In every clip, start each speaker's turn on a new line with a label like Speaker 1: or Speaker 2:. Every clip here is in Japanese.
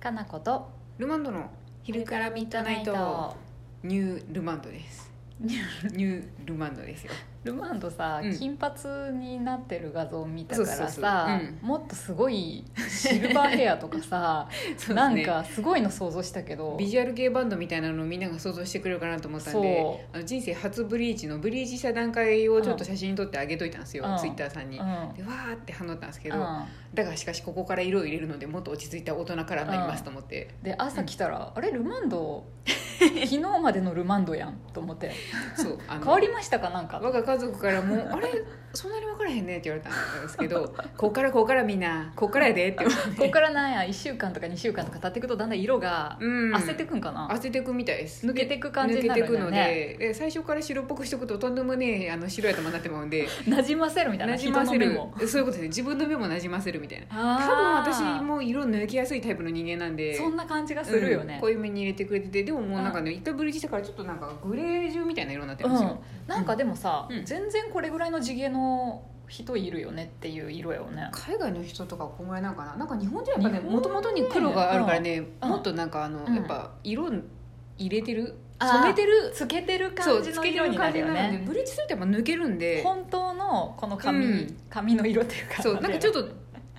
Speaker 1: かなこと
Speaker 2: ルマンドの昼からミッドナイトニュールマン ドです
Speaker 1: ニ
Speaker 2: ニュールマンドですよ
Speaker 1: ルマンドさ、
Speaker 2: うん
Speaker 1: 金髪になってる画像を見たからさ
Speaker 2: そうそうそう
Speaker 1: もっとすごいシルバーヘアとかさ、
Speaker 2: そうで す
Speaker 1: な
Speaker 2: ね
Speaker 1: んかすごいの想像したけど
Speaker 2: ビジュアル系バンドみたいなのをみんなが想像してくれるかなと思ったん
Speaker 1: そ
Speaker 2: であの人生初ブリーチのブリーチした段階をちょっと写真撮ってあげといたんですよ、
Speaker 1: うん
Speaker 2: ツイッターさんに、
Speaker 1: うん
Speaker 2: でわーって反応ったんですけ
Speaker 1: う
Speaker 2: ど、
Speaker 1: ん、
Speaker 2: だがしかしここから色を入れるのでもっと落ち着いた大人からになりますと思って、
Speaker 1: で朝来たら、あれルマン ド昨日までのルマンドやんと思って
Speaker 2: そうあの
Speaker 1: 変わりましたかなんか
Speaker 2: 我が家族からも「あれそんなに分からへんね」って言われたんです けど「こっからこっからみんなこっからやで」って言われて
Speaker 1: ここからなんや1週間とか2週間とか経ってくとだんだん色が
Speaker 2: うん
Speaker 1: 焦ってくんかな、
Speaker 2: 焦ってくみたいです
Speaker 1: 抜けてく感じになるんだよね
Speaker 2: 抜けてくのでで最初から白っぽくしとくととんでもねえあの白い頭になってまう んで
Speaker 1: なじませるみたいな
Speaker 2: なじませる
Speaker 1: 人の目も
Speaker 2: そういうことですね自分の目もなじませるみたいな多分
Speaker 1: あー
Speaker 2: 私も色抜きやすいタイプの人間なんで
Speaker 1: そんな感じがするよ
Speaker 2: うん
Speaker 1: ね、
Speaker 2: 濃いめに入れてくれててでももうなんかね一回ブリーチしたからちょっとなんかグレージュみたいな色になってるんですよ、
Speaker 1: うん、なんかでもさ、
Speaker 2: うん
Speaker 1: 全然これぐらいの地毛の人いるよねっていう色よね
Speaker 2: 海外の人とかこんぐらいなのかななんか日本人はやっぱね
Speaker 1: 日本
Speaker 2: も
Speaker 1: 人
Speaker 2: と
Speaker 1: ね
Speaker 2: もとに黒があるからね、
Speaker 1: うん
Speaker 2: もっとなんかあの、
Speaker 1: うん
Speaker 2: やっぱ色入れてる
Speaker 1: あー
Speaker 2: 染めてる
Speaker 1: つけてる
Speaker 2: そ
Speaker 1: 感
Speaker 2: う
Speaker 1: じ
Speaker 2: つ
Speaker 1: の
Speaker 2: けて
Speaker 1: 色
Speaker 2: る
Speaker 1: にな
Speaker 2: 感
Speaker 1: る
Speaker 2: じ
Speaker 1: よ
Speaker 2: なので
Speaker 1: ね
Speaker 2: ブリーチするとやっぱ抜けるんで
Speaker 1: 本当のこの髪、
Speaker 2: うん
Speaker 1: 髪の色っていうか
Speaker 2: そうなんかちょっと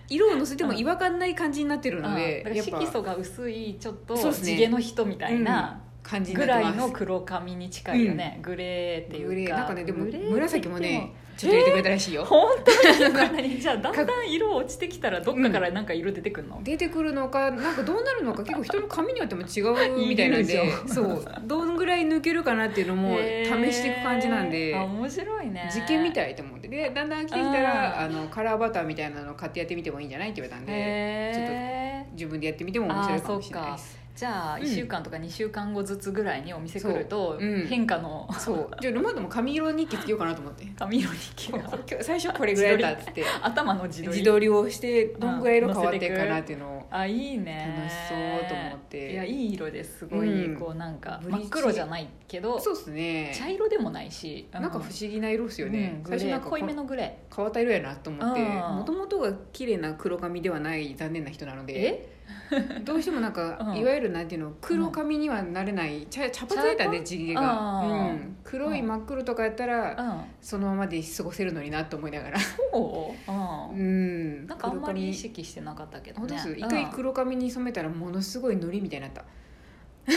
Speaker 2: 色をのせても違和感ない感じになってる
Speaker 1: うん
Speaker 2: ので、
Speaker 1: だから
Speaker 2: やっぱ
Speaker 1: 色素が薄いちょっと
Speaker 2: そうですね
Speaker 1: 地毛の人みたいな
Speaker 2: 感じに
Speaker 1: ぐ
Speaker 2: なっ
Speaker 1: ら
Speaker 2: て
Speaker 1: い
Speaker 2: ま
Speaker 1: の
Speaker 2: す
Speaker 1: 黒髪に近いよね、グレーって
Speaker 2: グ
Speaker 1: いう
Speaker 2: レー
Speaker 1: か
Speaker 2: なんかねでも
Speaker 1: グレーって言って
Speaker 2: 紫もねちょっと入れてくれたらしいよ、
Speaker 1: 本当にこんなにじゃあだんだん色落ちてきたらどっかからなんか色出てくるの、
Speaker 2: 出てくるのかなんかどうなるのか結構人の髪によっても違うみたいなん
Speaker 1: いい
Speaker 2: で
Speaker 1: でしょ
Speaker 2: そうどんぐらい抜けるかなっていうのも
Speaker 1: へ
Speaker 2: 試
Speaker 1: ー
Speaker 2: していく感じなんで、
Speaker 1: あ面白いね
Speaker 2: 実験みたいと思ってでだんだん飽きてきたら
Speaker 1: あ
Speaker 2: あのカラーバターみたいなの買ってやってみてもいいんじゃないって言われたんで
Speaker 1: へえ
Speaker 2: 自分でやってみても面白いかもしれないです
Speaker 1: じゃあ
Speaker 2: うん
Speaker 1: 1週間とか2週間後ずつぐらいにお店来ると
Speaker 2: そううん
Speaker 1: 変化の
Speaker 2: そうじゃあルマンドも髪色日記つけようかなと思って
Speaker 1: 髪色に気
Speaker 2: こ
Speaker 1: が
Speaker 2: こ今日最初これぐらいだったっつって
Speaker 1: 頭の自撮り
Speaker 2: 自撮りをしてどんぐらい色変わって
Speaker 1: うん
Speaker 2: るかなっていうのを
Speaker 1: あいいね
Speaker 2: 楽しそうと思って
Speaker 1: いやいい色ですごい、
Speaker 2: うん
Speaker 1: こうなんか
Speaker 2: ブリー
Speaker 1: 真
Speaker 2: チ
Speaker 1: っ黒じゃないけど
Speaker 2: そうっすね
Speaker 1: 茶色でもないし
Speaker 2: なんか不思議な色っすよね、
Speaker 1: うんグレ
Speaker 2: 最
Speaker 1: ー
Speaker 2: 初なんかこ
Speaker 1: 濃いめのグレ
Speaker 2: 変わった色やなと思って
Speaker 1: うん
Speaker 2: もともとが綺麗な黒髪ではない残念な人なの
Speaker 1: ー
Speaker 2: で
Speaker 1: え
Speaker 2: どうしてもなんか、
Speaker 1: うん
Speaker 2: いわゆるなんていうの黒髪にはなれない茶茶髪やったんで地毛が、
Speaker 1: あ
Speaker 2: う
Speaker 1: ー
Speaker 2: ん、黒い真っ黒とかやったら、
Speaker 1: うん
Speaker 2: そのままで過ごせるのになと思いながら
Speaker 1: そう、
Speaker 2: う
Speaker 1: うんん、なんかあんまり意
Speaker 2: 黒
Speaker 1: 識してなかったけど
Speaker 2: 髪本当
Speaker 1: ね
Speaker 2: です
Speaker 1: うん
Speaker 2: 一回黒髪に染めたらものすごいノリみたいになった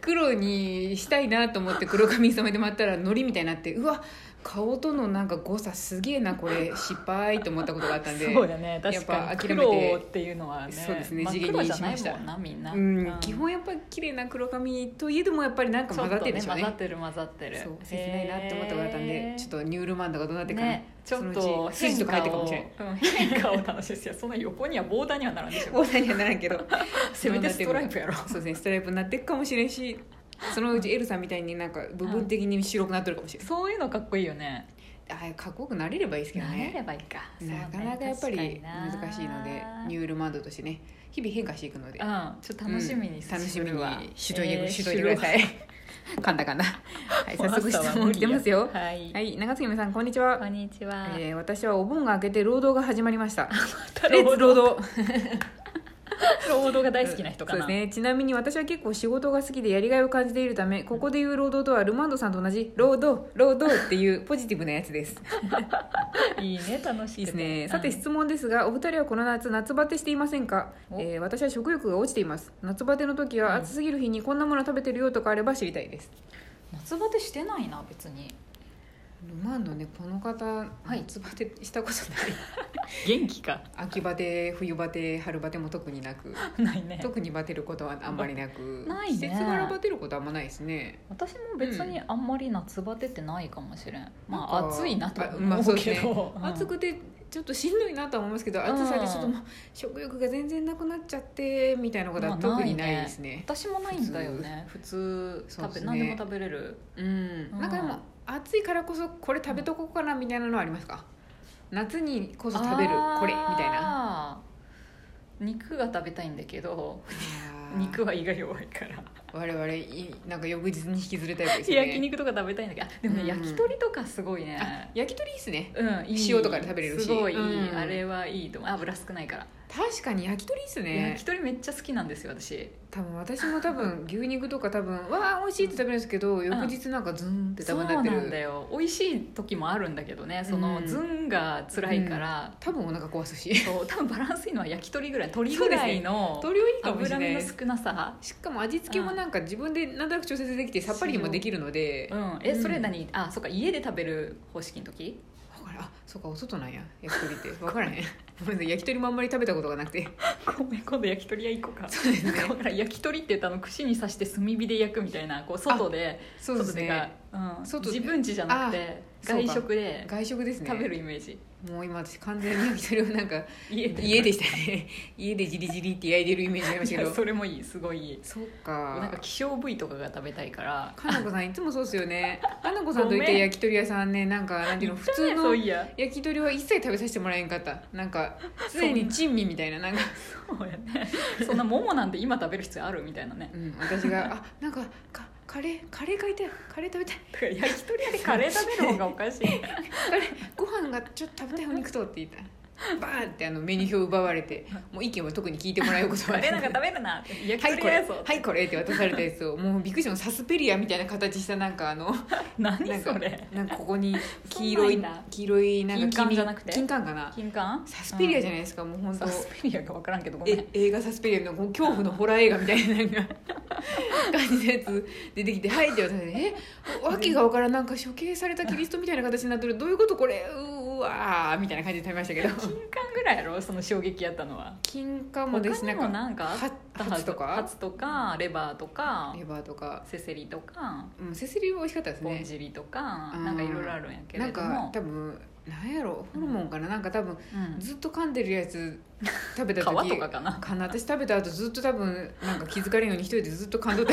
Speaker 2: 黒にしたいなと思って黒髪に染めてもらったらノリみたいになってうわ顔とのなんか誤差すげえなこ れ失敗と思ったことがあったんで
Speaker 1: そうだね確
Speaker 2: やっ
Speaker 1: か
Speaker 2: ぱ
Speaker 1: に
Speaker 2: 諦めて
Speaker 1: 黒っていうのはね
Speaker 2: そうですね
Speaker 1: 真っ
Speaker 2: 地毛
Speaker 1: 黒
Speaker 2: に
Speaker 1: じゃ
Speaker 2: し
Speaker 1: な
Speaker 2: ま
Speaker 1: い
Speaker 2: した
Speaker 1: もんなみんな、
Speaker 2: うん、基本やっぱり綺麗な黒髪といえどもやっぱりなんか
Speaker 1: ちょ
Speaker 2: 混
Speaker 1: っ
Speaker 2: ざっ
Speaker 1: と
Speaker 2: てる
Speaker 1: ね
Speaker 2: でしょ
Speaker 1: 混
Speaker 2: うね
Speaker 1: ざってる混ざってる
Speaker 2: そう切ないなって思ったことがあったんでちょっ
Speaker 1: と
Speaker 2: とニュールマンドがどうなってか、
Speaker 1: ねちょっ
Speaker 2: その
Speaker 1: と
Speaker 2: うち
Speaker 1: 変
Speaker 2: 筋とか入
Speaker 1: 化
Speaker 2: ってるか
Speaker 1: を
Speaker 2: もしれない
Speaker 1: うん変化を楽しみですよそんな横にはボーダーにはならんでし ょ
Speaker 2: 大谷にはならんけど
Speaker 1: せめてストライプやろ
Speaker 2: そうですねストライプになっていくかもしれんしそのうちエルさんみたいになんか部分的に白くなってるかもしれない、
Speaker 1: そういうのかっこいいよね
Speaker 2: ああかっこよくなれればいいですけど
Speaker 1: なれれ
Speaker 2: ね
Speaker 1: ばいいか
Speaker 2: なかなかやっぱり難しいのでニ
Speaker 1: ュ
Speaker 2: ュールマンドとしてね日々変化していくので
Speaker 1: うんちょっと楽しみに
Speaker 2: うん楽しみにしといて,、しといて
Speaker 1: て
Speaker 2: くだ
Speaker 1: い
Speaker 2: さい噛んだかなはい 早速質問来てますよ
Speaker 1: はい
Speaker 2: はい長杉さんこんにちは
Speaker 1: こんにちは。
Speaker 2: えー私はお盆が明けて労働が始まり ました。
Speaker 1: レ
Speaker 2: レ
Speaker 1: ッ
Speaker 2: ッ
Speaker 1: ツ
Speaker 2: ツ
Speaker 1: ロー
Speaker 2: 労
Speaker 1: ド
Speaker 2: 働。
Speaker 1: ロードが大好きな人かな。
Speaker 2: そうですね。ちなみに私は結構仕事が好きでやりがいを感じているため、ここで言う労働とはルマンドさんと同じ労働労働っていうポジティブなやつです。
Speaker 1: いいね、楽しい
Speaker 2: いいですね。さて質
Speaker 1: 問。
Speaker 2: 問ですが、お二人はこの夏夏バテしていませんか？
Speaker 1: お
Speaker 2: えー私は食欲が落ちています。夏バテの時
Speaker 1: うん
Speaker 2: は暑すぎる日にこんなもの食べてるよとかあれば知りたいです。
Speaker 1: 夏バテしてないな、別に。
Speaker 2: ルマンドねこの方、
Speaker 1: い
Speaker 2: 夏バテしたこと ない。
Speaker 1: 元気か。
Speaker 2: 秋バテ、冬バテ、春バテも特になく。
Speaker 1: ないね。
Speaker 2: 特にバテることはあんまりなく
Speaker 1: ないね
Speaker 2: 季節柄バテることはあんまないですね
Speaker 1: 私も別にあんまり夏バテってないかもしれん。ま
Speaker 2: な
Speaker 1: あ、
Speaker 2: んか
Speaker 1: 暑いなとは
Speaker 2: あまあ
Speaker 1: 思
Speaker 2: そう
Speaker 1: う
Speaker 2: ですね
Speaker 1: けど。うん
Speaker 2: 暑くてちょっとしんどいなとは思いますけど暑さでちょっともう食欲が全然なくなっちゃってみたいなことは
Speaker 1: まあ
Speaker 2: 特に
Speaker 1: な
Speaker 2: ない
Speaker 1: ね
Speaker 2: いですね,、
Speaker 1: 私もないんだよね。普通、
Speaker 2: そう
Speaker 1: 食べ、
Speaker 2: ですね
Speaker 1: 何でも食べれる。
Speaker 2: うんなんかで
Speaker 1: うん
Speaker 2: も暑いからこそこれ食べとこうかなみたいなのはありますか夏にこそ食べる
Speaker 1: あー
Speaker 2: これみたいな
Speaker 1: 肉が食べたいんだけど、
Speaker 2: あー
Speaker 1: 肉は胃が弱いから。
Speaker 2: 我々いなんか翌日に引きずるタイプですよね
Speaker 1: 焼肉とか食べたいんだけどあでもね、
Speaker 2: うん
Speaker 1: 焼き鳥とかすごい
Speaker 2: あ
Speaker 1: ね
Speaker 2: 焼き鳥いいですね
Speaker 1: うんいい
Speaker 2: 塩とかで食べれるし
Speaker 1: すごいいい、
Speaker 2: うん
Speaker 1: あれはいいと思う油少ないから
Speaker 2: 確かに焼き鳥いいっすね
Speaker 1: 焼き鳥めっちゃ好きなんですよ私
Speaker 2: 多分私も 多分牛肉とか多分わあ美味しいって食べるんですけど翌日なんかズンって
Speaker 1: そ
Speaker 2: 多
Speaker 1: う
Speaker 2: 分な
Speaker 1: な
Speaker 2: ってる
Speaker 1: んだよ美味しい時もあるんだけどねその、
Speaker 2: うん
Speaker 1: ズンが辛いから、
Speaker 2: 多分お腹壊すし
Speaker 1: そう多分バランスいいのは焼き鳥ぐらい鶏ぐらいの
Speaker 2: 鳥はいいかもしれ
Speaker 1: 脂
Speaker 2: ない
Speaker 1: 身
Speaker 2: で
Speaker 1: の
Speaker 2: す
Speaker 1: 少なさ
Speaker 2: しかも味付けもなんか自分でなんとなく調節できてさっぱりにもできるので、
Speaker 1: うんえ
Speaker 2: うん
Speaker 1: それ何あそっか家で食べる方式の時
Speaker 2: だからあそうかお外なんや焼き鳥って 分からへんごめんなさい焼き鳥もあんまり食べたことがなくて
Speaker 1: ごめん今度焼き鳥屋行こうか
Speaker 2: そうですね
Speaker 1: だから焼き鳥って言ったの串に刺して炭火で焼くみたいなこう外で
Speaker 2: そうですね
Speaker 1: 外でか、うん、
Speaker 2: 外で
Speaker 1: 自分家じゃなくて
Speaker 2: あそうか
Speaker 1: 外食で
Speaker 2: 外食ですね
Speaker 1: 食べるイメージ、
Speaker 2: もう今私完全に焼き鳥をなん か
Speaker 1: 家で
Speaker 2: 家でしたね家でじりじりって焼いてるイメージありまし
Speaker 1: い
Speaker 2: たけ
Speaker 1: や
Speaker 2: ど
Speaker 1: それもいいすごいいい
Speaker 2: そうか
Speaker 1: なんか希少部位とかが食べたいから
Speaker 2: かなこさんいつもそうですよね かなこさんとい
Speaker 1: ごめ
Speaker 2: て
Speaker 1: ん
Speaker 2: 焼き鳥屋さんねなんかなんていうの普通
Speaker 1: そ
Speaker 2: の
Speaker 1: ういや
Speaker 2: 焼き鳥は一切食べさせてもらえんかったなんか常に珍味みたいななんか
Speaker 1: そうやねそんなももなんて今食べる必要あるみたいな ね
Speaker 2: うん、私が「あなんかかカレーカレー買いたいカレー食べたい
Speaker 1: だから焼き鳥屋でカレー食べる方がおかしい
Speaker 2: ご飯がちょっと食べたいお肉と」って言ったらバーンってあのメニュー表を奪われてもう意見も特に聞いてもらうこと
Speaker 1: カ
Speaker 2: はな
Speaker 1: レ
Speaker 2: い
Speaker 1: ーなんか食べるなって焼き
Speaker 2: はい
Speaker 1: 鳥
Speaker 2: こ
Speaker 1: 屋や
Speaker 2: れ
Speaker 1: ぞ、
Speaker 2: はいこれって渡されたやつをもうびっくりしたのサスペリアみたいな形したなんかあのな
Speaker 1: 何
Speaker 2: んか
Speaker 1: それ
Speaker 2: なんかここに黄色
Speaker 1: そ
Speaker 2: い
Speaker 1: んなんいんだ
Speaker 2: 黄色いなんか
Speaker 1: 金柑じゃなくて
Speaker 2: 金柑かな
Speaker 1: 金柑
Speaker 2: サスペリアじゃ
Speaker 1: ゃ
Speaker 2: ないですか、もう本当
Speaker 1: サスペリアか分からんけどごめん
Speaker 2: え映画サスペリアのこう恐怖のホラー映画みたいななん か感じのやつ出てきて「はい」って言われて「えわけがわからんなんか処刑されたキリストみたいな形になってるどういうことこれうーわー」みたいな感じで食べましたけど
Speaker 1: 金柑ぐらいやろその衝撃やったのは
Speaker 2: 金柑も
Speaker 1: 他
Speaker 2: です
Speaker 1: に
Speaker 2: なん
Speaker 1: も
Speaker 2: か
Speaker 1: なんかあった
Speaker 2: ハハツとか
Speaker 1: ハツとかレバーとか
Speaker 2: レバーとか、
Speaker 1: セセリとか
Speaker 2: うん、セセリは美味しかったです
Speaker 1: ぼん
Speaker 2: ね
Speaker 1: じりとか
Speaker 2: あー
Speaker 1: なんかいろいろあるんやけ
Speaker 2: な
Speaker 1: れ
Speaker 2: ん
Speaker 1: ど
Speaker 2: か
Speaker 1: も
Speaker 2: 多分なんやろホルモンかななんか多分
Speaker 1: うん
Speaker 2: ずっと噛んでるやつ食べた時
Speaker 1: 皮 とかかな
Speaker 2: かな私食べた後ずっと多分なんか気づかれるように一人でずっと噛んどった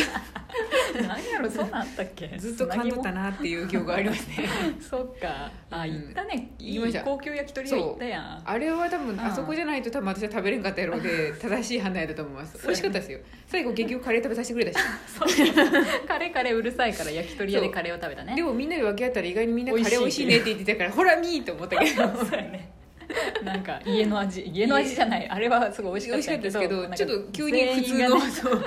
Speaker 1: 何やろそんなんあったっけ
Speaker 2: ずっと噛んどったなっていう記憶がありますね
Speaker 1: そっかあ
Speaker 2: うん
Speaker 1: 行ったねい
Speaker 2: 行きま
Speaker 1: い
Speaker 2: した
Speaker 1: 高級焼き鳥屋行ったやん
Speaker 2: あれは多分
Speaker 1: ん
Speaker 2: あそこじゃないと多分私は食べれんかったやろうで正しい判断だと思います
Speaker 1: そう
Speaker 2: 美味しかったですよ最後結局カレー食べさせてくれたし
Speaker 1: そうカレーカレーうるさいから焼き鳥屋でカレーを食べたね
Speaker 2: でもみんなで分け合ったら意外にみんなカ
Speaker 1: 美味しい
Speaker 2: レー美味しいねって言ってたからほら見ーと思ったけど
Speaker 1: そうやねなんか家の味家の味じゃないあれはすごい美
Speaker 2: 美
Speaker 1: 味
Speaker 2: 味
Speaker 1: し
Speaker 2: し
Speaker 1: か
Speaker 2: か
Speaker 1: っ
Speaker 2: っ
Speaker 1: た
Speaker 2: た
Speaker 1: んや
Speaker 2: ですけど
Speaker 1: なんか
Speaker 2: ちょっと急に普通
Speaker 1: 全員が
Speaker 2: の
Speaker 1: ね
Speaker 2: そう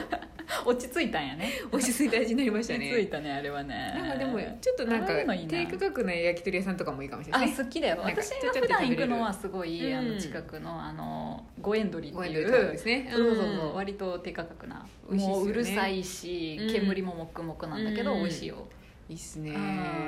Speaker 1: 落ち着いたんやね
Speaker 2: 落ち着いた味になりました
Speaker 1: 落ち着い
Speaker 2: ね
Speaker 1: たねあれはね
Speaker 2: なんかでもちょっとなんか
Speaker 1: ああいうのいいな
Speaker 2: 低価格の焼き鳥屋さんとかもいいかもしれ
Speaker 1: あ
Speaker 2: ないですね
Speaker 1: 好きだよ
Speaker 2: なんか
Speaker 1: 私が普段行くのはすご
Speaker 2: ちょっと食べれ
Speaker 1: い
Speaker 2: る
Speaker 1: あ
Speaker 2: うん
Speaker 1: の近くのあの五円鳥って
Speaker 2: ご縁
Speaker 1: い
Speaker 2: で食べ
Speaker 1: う
Speaker 2: ですね
Speaker 1: そうそうそ
Speaker 2: ん
Speaker 1: う割と低価格な
Speaker 2: 美味しいっすよね
Speaker 1: もううるさいし
Speaker 2: うん
Speaker 1: 煙ももくもくなんだけど
Speaker 2: うん
Speaker 1: 美味しいよ
Speaker 2: いいっす
Speaker 1: う
Speaker 2: ね
Speaker 1: ん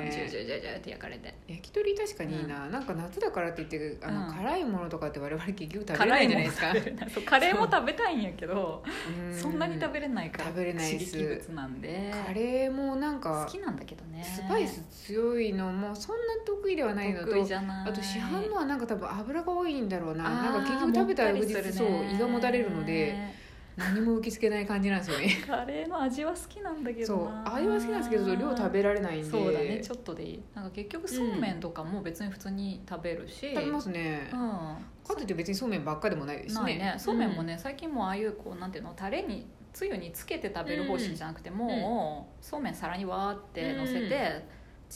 Speaker 1: ジュージュージュージューって焼かれて
Speaker 2: 焼き鳥確かにいいな、なんか夏だからって言ってあの、
Speaker 1: うん
Speaker 2: 辛いものとかって我々結局食べれないじゃないですか
Speaker 1: 辛いもん食べれない そうカレーも食べたいんやけど
Speaker 2: う
Speaker 1: そんなに食べれないから
Speaker 2: 食べれないです
Speaker 1: 刺激物なんで
Speaker 2: カレーもなん
Speaker 1: 好
Speaker 2: か
Speaker 1: きなんだけどね
Speaker 2: スパイス強いのもそんな得意ではないのと
Speaker 1: 得意じゃない
Speaker 2: あと市販のはなんか多分油が多いんだろうな
Speaker 1: あー
Speaker 2: なんか結局食べた翌日、
Speaker 1: もったりす
Speaker 2: そ
Speaker 1: るね
Speaker 2: う胃がもたれるので何も受け付けない感じなんですよ ね
Speaker 1: カレーの味は好きなんだけ
Speaker 2: そ
Speaker 1: ど
Speaker 2: う
Speaker 1: な
Speaker 2: あれは好きなんですけど量食べられないんで
Speaker 1: そうだねちょっとでいいなんか結局そうめんとかも別に普通に食べるし、うん、
Speaker 2: 食べますね、かといって別にそうめんばっかでもないですね
Speaker 1: ないねそうめんも
Speaker 2: ね、
Speaker 1: ね、最近もああいうこうなんていうのタレにつゆにつけて食べる方式じゃなくて、
Speaker 2: ん
Speaker 1: もうそうめん皿にわーってのせて、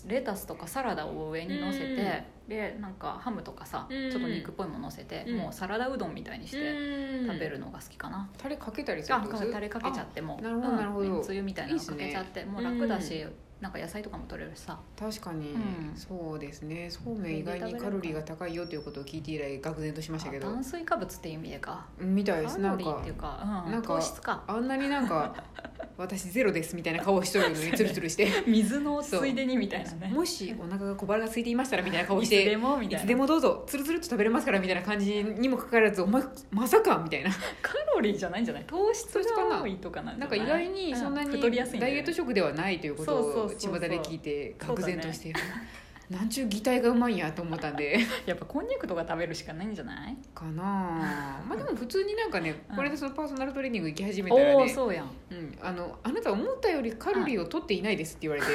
Speaker 1: レタスとかサラダを上にのせて、でなんかハムとかさ、
Speaker 2: うん
Speaker 1: ちょっと肉っぽいもののせて、
Speaker 2: うん
Speaker 1: もうサラダうどんみたいにして
Speaker 2: うん
Speaker 1: 食べるのが好きかな、
Speaker 2: タレかけたりする
Speaker 1: あ
Speaker 2: ってこと
Speaker 1: タレかけちゃっても
Speaker 2: なるほどなるほど
Speaker 1: うん、つゆみたいなのかけちゃってもう楽だし、なんか野菜とかも取れるしさ
Speaker 2: 確かに、
Speaker 1: うん
Speaker 2: そうですねそうめん意外にカロリーが高いよということを聞いて以来愕然としましたけ
Speaker 1: あ
Speaker 2: ど
Speaker 1: 炭水化物っていう意味でか
Speaker 2: みた
Speaker 1: カ
Speaker 2: いですな
Speaker 1: ロ
Speaker 2: ん
Speaker 1: リー
Speaker 2: か
Speaker 1: っていうか,、うん、
Speaker 2: なんか
Speaker 1: 糖質 か
Speaker 2: あんなになんか私ゼロですみたいな顔をしとる のにツルツルして
Speaker 1: 水の
Speaker 2: そう
Speaker 1: ついでにみたいなね
Speaker 2: もしお腹が小腹が空いていましたらみたいな顔
Speaker 1: い
Speaker 2: し
Speaker 1: つ
Speaker 2: て
Speaker 1: でもみ
Speaker 2: い
Speaker 1: たい
Speaker 2: つ
Speaker 1: な
Speaker 2: でもどうぞツルツルと食べれますからみたいな感じにもかかわ らずおままさかみたいな
Speaker 1: カロリーじゃないんじゃない糖質
Speaker 2: 糖質かな
Speaker 1: が多いとかなんじ
Speaker 2: な
Speaker 1: ゃ
Speaker 2: ん
Speaker 1: な
Speaker 2: か
Speaker 1: い
Speaker 2: 意外にそんな
Speaker 1: う
Speaker 2: に
Speaker 1: 太りやすいんだ
Speaker 2: ダ
Speaker 1: よ
Speaker 2: イエ
Speaker 1: ね
Speaker 2: ット食ではないということ
Speaker 1: そうそう
Speaker 2: を
Speaker 1: そうそう
Speaker 2: 巷で聞いて愕然としてなんちゅう擬態がうまいんやと思ったんで
Speaker 1: やっぱこんにゃくとか食べるしかないんじゃない
Speaker 2: かなあまあでも普通になんかね
Speaker 1: うん
Speaker 2: これでそのパーソナルトレーニング行き始めたら
Speaker 1: おおー
Speaker 2: ね
Speaker 1: そうやん
Speaker 2: うん、あのあなた思ったよりカロリーを取っていないですって言われて、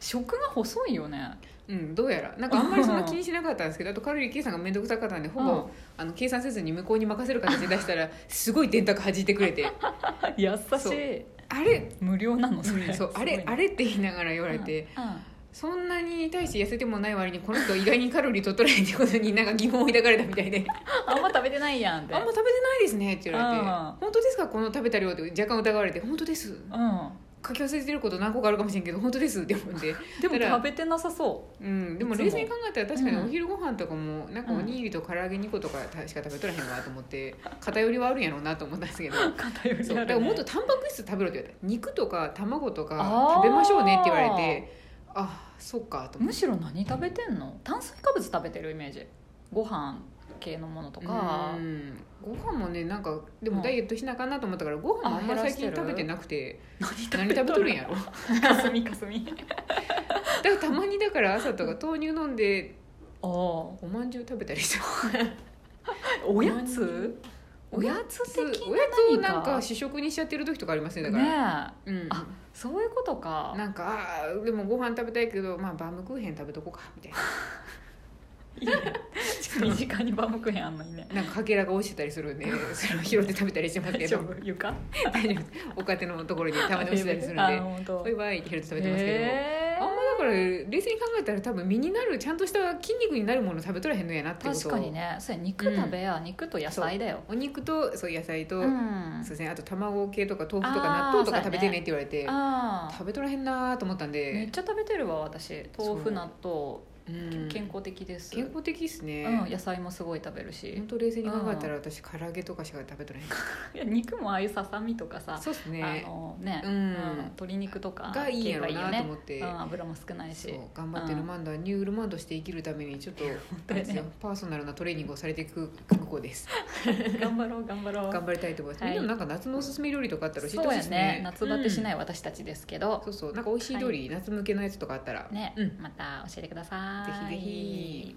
Speaker 1: 食が細いよね
Speaker 2: うん、どうやらなんかあんまりそんな気にしなかったんです けどあとカロリー計算が面倒くさかったんでほぼ、
Speaker 1: うん
Speaker 2: あの計算せずに向こうに任せる形で出したらすごい電卓弾いてくれて
Speaker 1: 優
Speaker 2: そう
Speaker 1: しい
Speaker 2: あれ
Speaker 1: 無料なのそれ、
Speaker 2: うんそうあれあ
Speaker 1: れ
Speaker 2: れって言いながら言われて、
Speaker 1: うんうん
Speaker 2: そんなに対して痩せてもない割にこの人意外にカロリー取っとらへんってことになんか疑問を抱かれたみたいで
Speaker 1: あんま食べてないやんって
Speaker 2: あんま食べてないですねって言われて
Speaker 1: うん
Speaker 2: 「本当ですかこの食べた量」って若干疑われて「本当です」書き忘れてること何個かあるかもしれんけど本当ですって思って、
Speaker 1: うん、で
Speaker 2: た
Speaker 1: も
Speaker 2: だ
Speaker 1: 食べてなさそ
Speaker 2: うん、でも
Speaker 1: いつも
Speaker 2: 冷静に考えたら確かに
Speaker 1: うん
Speaker 2: お昼ご飯とかもなんかおにぎりと唐揚げ2個とかしか食べとらへんわと 思って偏りはあるんやろうなと思ったんですけど
Speaker 1: う偏
Speaker 2: そう
Speaker 1: りある、ね、
Speaker 2: だからもっとタンパク質食べろって言われた肉とか卵とか
Speaker 1: あー
Speaker 2: 食べましょうねって言われてあそっかと思っ
Speaker 1: むしろ何食べてんの炭水化物食べてるイメージご飯系のものと
Speaker 2: て
Speaker 1: か
Speaker 2: うんご飯もねなんかで
Speaker 1: う
Speaker 2: も
Speaker 1: ん
Speaker 2: ダイエットしなあかんなと思ったからご飯もあんま
Speaker 1: あ
Speaker 2: り最近
Speaker 1: 減らしてる
Speaker 2: 食べてなくて
Speaker 1: 何
Speaker 2: 何食べとるんや
Speaker 1: ろ
Speaker 2: ろ だ
Speaker 1: かすみかす み
Speaker 2: からたまにだから朝とか豆乳飲んで
Speaker 1: ああお
Speaker 2: おまんじゅう食べたりして
Speaker 1: やつおやつ的な何か
Speaker 2: おやつをなんか主食にしちゃってる時とかありますねだから、
Speaker 1: ね
Speaker 2: うん
Speaker 1: あえそういうことか
Speaker 2: なんかあーでもご飯食べたいけど、まあ、バームクーヘン食べとこうかみたい
Speaker 1: いいね 身近にバームクーヘンあんのにね
Speaker 2: ななんかかけらが落ちてたりする んでそれを拾って食べたりしてますけ
Speaker 1: 大
Speaker 2: ど
Speaker 1: 丈夫床
Speaker 2: 大丈夫ですお家庭のところにたまに落ちたりするん
Speaker 1: あ
Speaker 2: で
Speaker 1: 本
Speaker 2: 「
Speaker 1: 当
Speaker 2: バイバイ」って拾って食べてますけど。
Speaker 1: へー
Speaker 2: あんまだから冷静に考えたら多分身になるちゃんとした筋肉になるもの食べとらへんのやなってこと
Speaker 1: 確かにねそうや肉食べや、肉と野菜だよ
Speaker 2: お肉とそう野菜と、
Speaker 1: うん
Speaker 2: そうですねあと卵系とか豆腐とか
Speaker 1: あー
Speaker 2: 納豆とか
Speaker 1: そうや
Speaker 2: 食
Speaker 1: ね
Speaker 2: べてねって言われて、
Speaker 1: ああ
Speaker 2: 食べとらへんなーと思ったんで、
Speaker 1: めっちゃ食べてるわ私豆
Speaker 2: そ
Speaker 1: 腐
Speaker 2: う
Speaker 1: 納豆
Speaker 2: うん
Speaker 1: 健康的です、
Speaker 2: 健康的ですね、
Speaker 1: うん、野菜もすごい食べるし
Speaker 2: 本当冷静に考えたら私唐揚げとかしか食べとらへんか
Speaker 1: いや肉もああいうささみとかさ
Speaker 2: ら、そうです
Speaker 1: あ
Speaker 2: ね
Speaker 1: のね、
Speaker 2: うん
Speaker 1: 鶏肉とか
Speaker 2: がいいんやろう
Speaker 1: 系
Speaker 2: な
Speaker 1: ね
Speaker 2: と思って
Speaker 1: うん、油も少ないし
Speaker 2: そう頑張ってルマンドはニュールマンドして生きるためにち ょっと
Speaker 1: 当やね
Speaker 2: あれですよパーソナルなトレーニングをされていく覚悟 です
Speaker 1: 頑張ろう頑張ろう
Speaker 2: 頑張りたいと思います、
Speaker 1: はい
Speaker 2: みんなもなんか夏のおすすめ料理とかあったら教えて
Speaker 1: そ
Speaker 2: ほ
Speaker 1: う
Speaker 2: しい
Speaker 1: や
Speaker 2: ですね、
Speaker 1: ね夏バテしないい私たちですけ
Speaker 2: うん
Speaker 1: ど、
Speaker 2: そうそうなんか美味しい料理、夏向けのやつとかあったら
Speaker 1: ね、
Speaker 2: うん
Speaker 1: また教えてください
Speaker 2: ぜひぜひ